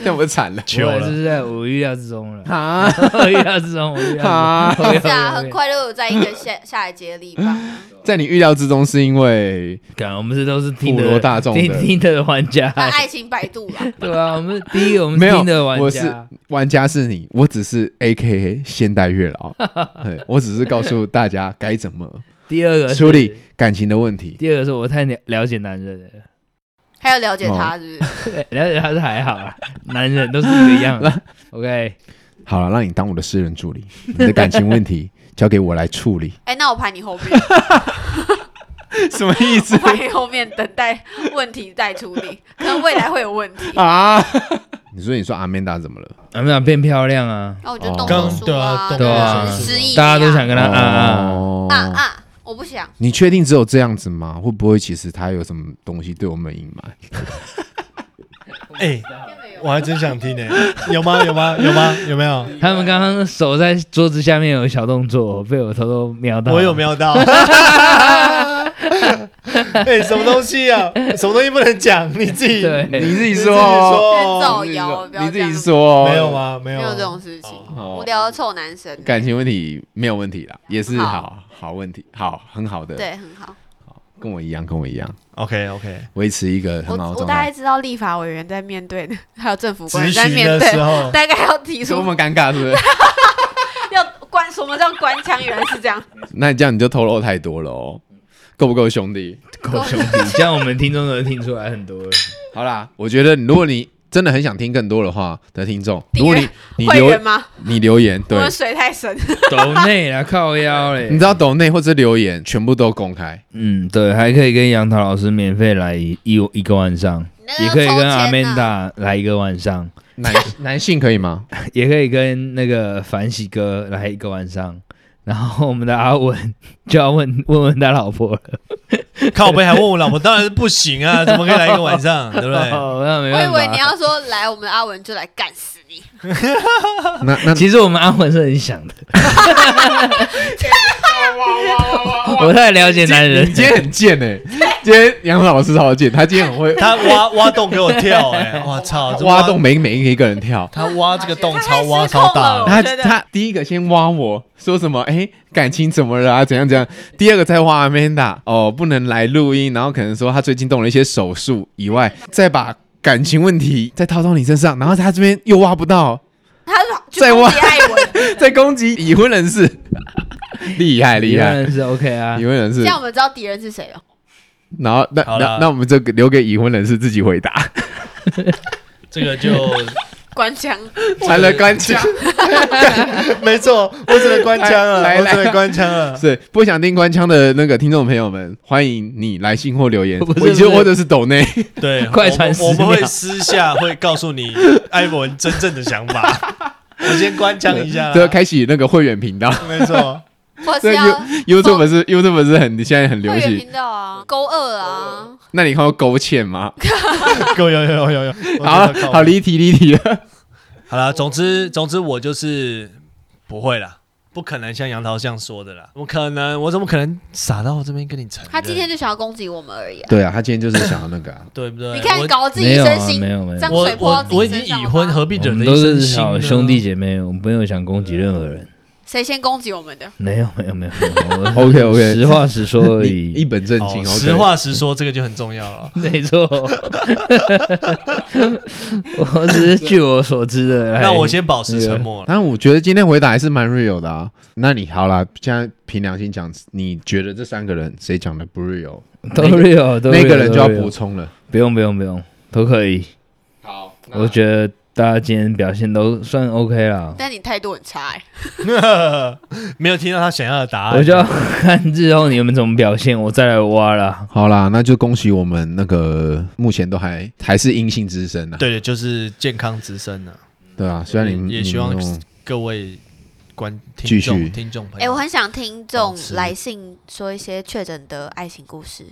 Speaker 1: 那我惨了，
Speaker 5: 求
Speaker 3: 我还
Speaker 5: 了，
Speaker 3: 是在我预料之中 了
Speaker 1: 啊
Speaker 3: 我预料之中，我预料之中。
Speaker 1: 啊！
Speaker 3: 我预料
Speaker 4: 是啊，很
Speaker 3: 之中
Speaker 4: 快就有在一个下下一节 礼拜。
Speaker 1: 在你预料之中，是因为
Speaker 3: 干，我们这都是听
Speaker 1: 普罗大众的
Speaker 3: 听听的玩家，
Speaker 4: 那爱情百度啦，
Speaker 3: 对啊，我们第一个我们
Speaker 1: 没有
Speaker 3: 听的玩
Speaker 1: 我是
Speaker 3: 家，
Speaker 1: 玩家是你，我只是 A K A 现代月老，对我只是告诉大家该怎么
Speaker 3: 第二个是
Speaker 1: 处理，感情的问题。
Speaker 3: 第二个是我太了了解男人了，
Speaker 4: 还有了解
Speaker 1: 哦
Speaker 4: 他是不是？
Speaker 3: 对了解他是还好啊，男人都是一 个样的。OK，
Speaker 1: 好了，让你当我的私人助理，你的感情问题交给我来处理，
Speaker 4: 哎、那我排你后面，
Speaker 1: 什么意思
Speaker 4: 我排你后面，等待问题再处理，可能未来会有问 题。
Speaker 1: 啊？你说你说阿曼达怎么了？
Speaker 3: 阿们俩变漂亮啊，
Speaker 4: 那我就动
Speaker 1: 刚
Speaker 4: 手术
Speaker 5: 对啊动
Speaker 3: 对啊
Speaker 4: 失忆、
Speaker 3: 大家都想跟他啊啊，
Speaker 1: 哦
Speaker 4: 啊啊！我不想，
Speaker 1: 你确定只有这样子吗？会不会其实他有什么东西对我们隐瞒？
Speaker 5: 哎，我还真想听呢，有吗？有吗？有吗？有没有？
Speaker 3: 他们刚刚手在桌子下面有小动作，被我偷偷瞄到。
Speaker 5: 我有瞄到。哎，什么东西啊？什么东西不能讲？你自己
Speaker 3: 对，
Speaker 1: 你自己
Speaker 5: 自己
Speaker 1: 说哦，
Speaker 5: 说
Speaker 4: 造谣，不要
Speaker 1: 你自
Speaker 4: 这样
Speaker 1: 己，说，
Speaker 5: 没有？吗？没有
Speaker 4: 没
Speaker 5: 啊
Speaker 4: 有这种事情，
Speaker 1: 哦
Speaker 4: 无聊的臭男生，
Speaker 1: 感情问题没有问题啦，也是
Speaker 4: 好
Speaker 1: 好好问题，好很好的，，
Speaker 4: 对，很好。
Speaker 1: 跟我一样，跟我一样，
Speaker 5: OK OK，
Speaker 1: 维持一个
Speaker 4: 我
Speaker 1: 很好的
Speaker 4: 我
Speaker 1: 状
Speaker 4: 大概
Speaker 1: 态。
Speaker 4: 知道立法委员在面对的，还有政府官
Speaker 5: 咨
Speaker 4: 员在
Speaker 5: 询
Speaker 4: 面
Speaker 5: 的时
Speaker 4: 对，
Speaker 5: 候，
Speaker 4: 大概要提
Speaker 1: 多
Speaker 4: 出
Speaker 1: 么尴尬，是不 是？
Speaker 4: 要官什么叫官腔，原来是这样。
Speaker 1: 那你这样你就透露太多了哦，够不够兄弟？
Speaker 3: 狗兄弟，这样我们听众都能听出来很多了。
Speaker 1: 好啦，我觉得如果你真的很想听更多的话的听众，
Speaker 4: 订
Speaker 1: 如
Speaker 4: 阅
Speaker 1: 果你你
Speaker 4: 会
Speaker 1: 留
Speaker 4: 员吗？
Speaker 1: 你留言，
Speaker 4: 我
Speaker 1: 对
Speaker 4: 们，水太深，
Speaker 3: 抖内啊，靠腰嘞
Speaker 1: 你知。道抖内或者留言全部都公开，
Speaker 3: 嗯，对，还可以跟杨桃老师免费来一一一个晚上，
Speaker 4: 那个
Speaker 3: 也
Speaker 4: 要
Speaker 3: 可以
Speaker 4: 抽
Speaker 3: 跟
Speaker 4: 签啊
Speaker 3: 阿
Speaker 4: 呢
Speaker 3: 曼达来一个晚上，
Speaker 1: 男男性可以 吗？
Speaker 3: 也可以跟那个凡喜哥来一个晚上。然后我们的阿文 就要问问问他老婆了，
Speaker 5: 靠背还问我老婆，当然是不行啊，怎么可以来一个晚上，对不对？
Speaker 3: 哦那没
Speaker 4: 我以
Speaker 3: 办
Speaker 4: 为你
Speaker 3: 法。
Speaker 4: 要说来我们阿文就来干死你，
Speaker 1: 那那
Speaker 3: 其实我们阿文是很想的， 我太了解男人
Speaker 1: 你。今天很贱哎、 今天杨老师超 贱，他今天很会
Speaker 5: 他挖挖洞给我跳、哎，我操，这
Speaker 1: 挖洞，每每一个人跳。
Speaker 5: 他挖这个洞
Speaker 4: 他
Speaker 5: 超
Speaker 4: 太
Speaker 5: 挖
Speaker 4: 失控
Speaker 5: 超大
Speaker 4: 了
Speaker 5: 的，
Speaker 1: 他
Speaker 4: 觉得
Speaker 1: 他第一个先挖我说什么？哎、感情怎么了啊？怎样怎样？第二个再挖 Amanda 哦，不能来录音，然后可能说他最近动了一些手术以外，再把感情问题再套到你身上，然后他这边又挖不到，
Speaker 4: 他说去
Speaker 1: 在
Speaker 4: 攻
Speaker 1: 挖
Speaker 4: 击艾文，
Speaker 1: 再攻击已婚人士， 厉害厉害，
Speaker 3: 是 OK 啊
Speaker 1: 已。婚人
Speaker 4: 这
Speaker 1: 士。
Speaker 4: 样我们知道敌人是谁了。
Speaker 1: 然后那
Speaker 5: 好啦
Speaker 1: 那那我们就留给已婚人士自己回答，
Speaker 5: 这个就
Speaker 4: 关枪，
Speaker 1: 才能关枪。
Speaker 5: 没错，我只能关
Speaker 1: 枪 了我只能
Speaker 5: 关枪 了。
Speaker 1: 是不想听官腔的那个听众朋友们，欢迎你来信或留言，
Speaker 3: 不是
Speaker 1: 我就
Speaker 3: 不是
Speaker 1: 或者是抖内。
Speaker 5: 对，
Speaker 3: 快传
Speaker 5: 我们
Speaker 3: 10
Speaker 5: 我们会
Speaker 3: 秒
Speaker 5: 私下会告诉你艾文真正的想法。 我先关枪 一下啦，
Speaker 1: 对，开启那个会员频道。
Speaker 5: 没 错，
Speaker 4: 或是
Speaker 1: 对
Speaker 4: 要
Speaker 1: YouTube 是 YouTube 是很现在很流
Speaker 4: 会员
Speaker 1: 行。
Speaker 4: 频道啊，勾二啊，
Speaker 1: 那你看过勾芡吗？
Speaker 5: 有有有有有，我
Speaker 1: 好
Speaker 5: 觉得靠
Speaker 1: 好离题离题了。
Speaker 5: 好啦，总之总之我就是不会啦，不可能像杨桃这样说的啦，我可能我怎么可能傻到我这边跟你承认？
Speaker 4: 他今天就想要攻击我们而已啊。
Speaker 1: 对啊，他今天就是想要那
Speaker 5: ，
Speaker 1: 个、啊
Speaker 5: 对不对？
Speaker 4: 你看
Speaker 5: 我
Speaker 4: 搞自己
Speaker 3: 没
Speaker 4: 一
Speaker 3: 有
Speaker 4: 身
Speaker 3: 啊，
Speaker 4: 腥
Speaker 3: 没，有没有，
Speaker 4: 脏
Speaker 5: 我
Speaker 4: 水泼到
Speaker 5: 我
Speaker 4: 自己
Speaker 5: 我已经
Speaker 4: 身上
Speaker 5: 已
Speaker 4: 了
Speaker 5: 婚，
Speaker 4: 吧
Speaker 5: 何必
Speaker 3: 我
Speaker 5: 惹
Speaker 3: 们
Speaker 5: 得
Speaker 3: 都
Speaker 5: 一身
Speaker 3: 是
Speaker 5: 腥
Speaker 3: 好
Speaker 5: 呢
Speaker 3: 兄弟姐妹，我们没有想攻击任何人。
Speaker 4: 谁先攻击我们的？
Speaker 3: 没有没有没有没有
Speaker 1: OK，OK
Speaker 3: 实话实说而
Speaker 1: 你一
Speaker 3: 已，
Speaker 1: 本正经。
Speaker 5: 哦
Speaker 1: OK
Speaker 5: 实，话实说，这个就很重要了。
Speaker 3: 没错。我只是据我所知的，
Speaker 5: 那 我
Speaker 3: 哎
Speaker 5: 先保持沉默了。
Speaker 1: 但我觉得今天回答还是蛮 real 的啊。那你好啦，现在凭良心讲，你觉得这三个人谁讲的不 real？
Speaker 3: 都
Speaker 1: 那个
Speaker 3: real，都
Speaker 1: 那个
Speaker 3: real，
Speaker 1: 人
Speaker 3: 都
Speaker 1: 就要
Speaker 3: real
Speaker 1: 补充了。
Speaker 3: 不用不用不用，都可以。
Speaker 1: 好，
Speaker 3: 我觉得大家今天表现都算 OK 啦。
Speaker 4: 但你态度很差哎，
Speaker 5: 没有听到他想要的答案，
Speaker 3: 我就要看日后你们怎么表现，我再来挖啦。
Speaker 1: 好啦，那就恭喜我们那个目前都还还是阴性之身啊。
Speaker 5: 对的，就是健康之身呢、
Speaker 1: 对啊，虽然你们
Speaker 5: 也
Speaker 1: 你
Speaker 5: 希望
Speaker 1: 们用
Speaker 5: 各位观听
Speaker 1: 继续
Speaker 5: 众听众朋
Speaker 4: 哎，
Speaker 5: 友，
Speaker 4: 我很想听这
Speaker 5: 保
Speaker 4: 种
Speaker 5: 持
Speaker 4: 来信说一些确诊的爱情故事。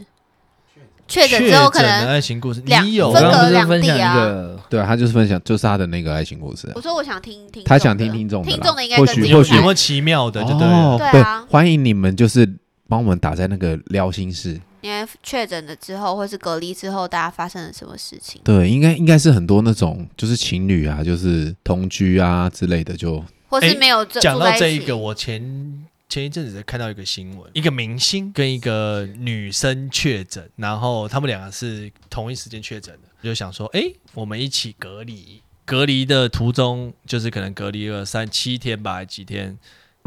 Speaker 4: 确诊
Speaker 5: 确
Speaker 4: 之后可
Speaker 5: 诊哎的
Speaker 4: 能，
Speaker 5: 爱情故事，
Speaker 4: 两
Speaker 5: 你有
Speaker 3: 我
Speaker 4: 分
Speaker 3: 刚
Speaker 4: 隔
Speaker 3: 刚不
Speaker 5: 吗
Speaker 3: 是
Speaker 4: 两地
Speaker 3: 分享一
Speaker 4: 啊
Speaker 3: 个，
Speaker 1: 对啊，他就是分享，就是他的那个爱情故事啊。
Speaker 4: 我说我想听听，
Speaker 1: 他想听听众的啦
Speaker 4: 听众的应该
Speaker 1: 或
Speaker 4: 更
Speaker 1: 许
Speaker 4: 精
Speaker 5: 有
Speaker 1: 或
Speaker 4: 彩
Speaker 1: 许
Speaker 5: 有没有奇妙的，就对了。
Speaker 1: 哦
Speaker 4: 对啊
Speaker 1: 欢迎你们就是帮我们打在那个撩心室。
Speaker 4: 因为确诊了之后，或是隔离之后，大家发生了什么事情？
Speaker 1: 对，应该应该是很多那种就是情侣啊，就是同居啊之类的，就
Speaker 4: 或
Speaker 5: 哎
Speaker 4: 是没有这
Speaker 5: 讲
Speaker 4: 住
Speaker 5: 到
Speaker 4: 在
Speaker 5: 这
Speaker 4: 一
Speaker 5: 一
Speaker 4: 起
Speaker 5: 个，我前前一阵子看到一个新闻，一个明星跟一个女生确诊，然后他们两个是同一时间确诊的，就想说，哎，我们一起隔离。隔离的途中，就是可能隔离了三七天吧，还几天。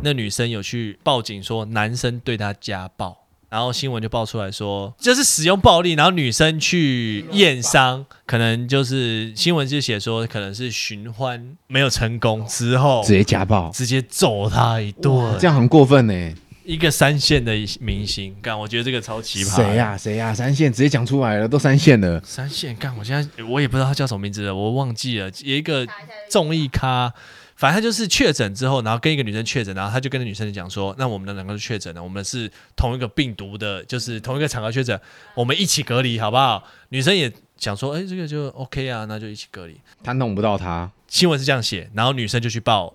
Speaker 5: 那女生有去报警说男生对她家暴，然后新闻就爆出来说，就是使用暴力，然后女生去验伤，可能就是新闻就写说可能是寻欢没有成功之后，
Speaker 1: 直接家暴，
Speaker 5: 直接揍他一顿。
Speaker 1: 这样很过分呢、
Speaker 5: 一个三线的明星，干，我觉得这个超奇葩。
Speaker 1: 谁、呀谁呀，三线直接讲出来了，都三线了。
Speaker 5: 三线干，我现在我也不知道他叫什么名字了，我忘记了。有一个综艺咖，反正他就是确诊之后，然后跟一个女生确诊，然后他就跟那女生讲说，那我们的两个都确诊了，我们是同一个病毒的，就是同一个场合确诊，我们一起隔离好不好？女生也想说，哎、这个就 OK 啊，那就一起隔离。
Speaker 1: 他弄不到他，
Speaker 5: 新闻是这样写，然后女生就去报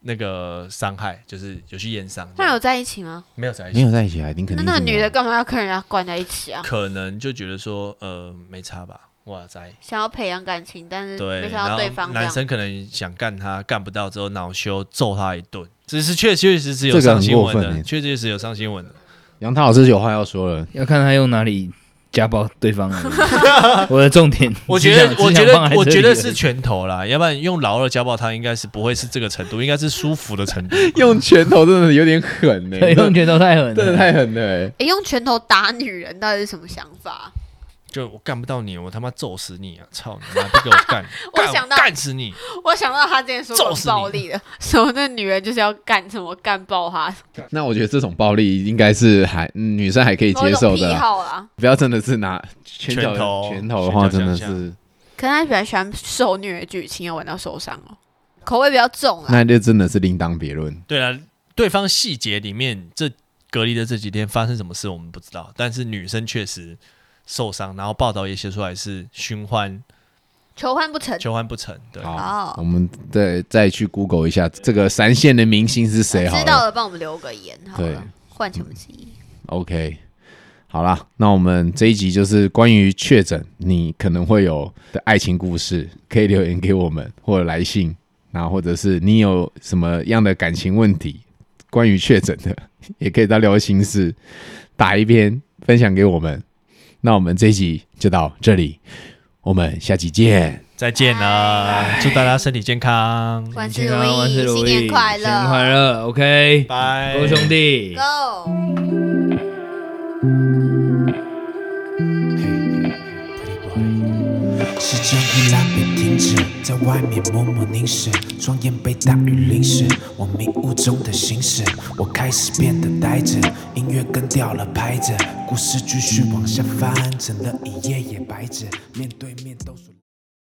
Speaker 5: 那个伤害，就是有去验伤这
Speaker 4: 那
Speaker 5: 样，
Speaker 4: 有在一起吗？
Speaker 5: 没有在一起
Speaker 1: 没。有在一起啊，你肯定
Speaker 4: 那
Speaker 1: 是
Speaker 4: 那个女的
Speaker 1: 没
Speaker 4: 干嘛要跟人家关在一起啊？
Speaker 5: 可能就觉得说，呃，没差吧，哇塞，
Speaker 4: 想要培养感情，但是嗯
Speaker 5: 对，
Speaker 4: 没
Speaker 5: 然
Speaker 4: 想
Speaker 5: 后
Speaker 4: 到对方这
Speaker 5: 男
Speaker 4: 样。
Speaker 5: 生可能想干他，干不到之后恼羞揍他一顿，只是确确实实有
Speaker 1: 这个
Speaker 5: 上
Speaker 1: 很
Speaker 5: 新
Speaker 1: 过
Speaker 5: 闻
Speaker 1: 分
Speaker 5: 的，
Speaker 1: 欸
Speaker 5: 确确实实有上新闻的，
Speaker 1: 有。杨涛老师有话要说了，
Speaker 3: 要看他用哪里家暴对方而已。我的重点，
Speaker 5: 我觉得
Speaker 3: 只，想
Speaker 5: 我觉
Speaker 3: 只想放
Speaker 5: 得，
Speaker 3: 在
Speaker 5: 我
Speaker 3: 这
Speaker 5: 觉
Speaker 3: 里
Speaker 5: 得
Speaker 3: 而已
Speaker 5: 是拳头啦，要不然用老二家暴他应该是不会是这个程度，应该是舒服的程度。
Speaker 1: 用拳头真的有点狠 呢、
Speaker 3: 对 用拳头太狠了，
Speaker 1: 真的太狠了、欸。
Speaker 4: 诶用拳头打女人到底是什么想法？，
Speaker 5: 就我干不到你，我他妈揍死你啊！操你妈，不给我干
Speaker 4: 我想
Speaker 5: 干
Speaker 4: 到
Speaker 5: 干死你！
Speaker 4: 我想到他之前说过
Speaker 5: 揍死你
Speaker 4: 暴力的，说那女人就是要干什么干爆他，
Speaker 1: 那我觉得这种暴力应该是还、嗯女生还可以
Speaker 4: 某
Speaker 1: 接
Speaker 4: 种
Speaker 1: 受
Speaker 4: 癖
Speaker 1: 的啦，
Speaker 4: 好啦。
Speaker 1: 不要真的是拿拳脚
Speaker 5: 拳头
Speaker 1: 拳头的话，
Speaker 5: 拳
Speaker 1: 真
Speaker 5: 脚
Speaker 1: 的
Speaker 5: 相向
Speaker 1: 是
Speaker 4: 可是他比较喜欢受虐的剧情，要玩到受伤哦，口味比较重啊啦。
Speaker 1: 那就真的是另当别论。
Speaker 5: 对啊，对方细节里面这隔离的这几天发生什么事我们不知道，但是女生确实受伤，然后报道也写出来是寻欢
Speaker 4: 求欢不成，
Speaker 5: 求欢不成，对，
Speaker 4: 好
Speaker 1: 好，我们再再去 Google 一下这个三线的明星是谁好
Speaker 4: 知道
Speaker 1: 了。
Speaker 4: 了帮我们留个言好
Speaker 1: 对
Speaker 4: 了，唤起我们记忆。
Speaker 1: OK，好啦，那我们这一集就是关于确诊你可能会有的爱情故事，可以留言给我们或者来信，那或者是你有什么样的感情问题，关于确诊的，也可以到聊心事打一篇分享给我们。那我们这一集就到这里，我们下期见。
Speaker 5: 再见啦，祝大家身体健康，
Speaker 4: 万事
Speaker 3: 健
Speaker 4: 如
Speaker 3: 康啊万事
Speaker 4: 意，
Speaker 3: 如
Speaker 4: 新
Speaker 3: 意，
Speaker 4: 年快
Speaker 3: 新年
Speaker 4: 乐，
Speaker 3: 快乐，OK，
Speaker 5: 拜
Speaker 3: 各位兄弟。
Speaker 4: ，Go。
Speaker 6: 时针依然没停止，在外面默默凝视，双眼被大雨淋湿，我迷雾中的行驶，我开始变得呆滞，音乐跟掉了拍子，故事继续往下翻，成了一页页白纸，面对面都是。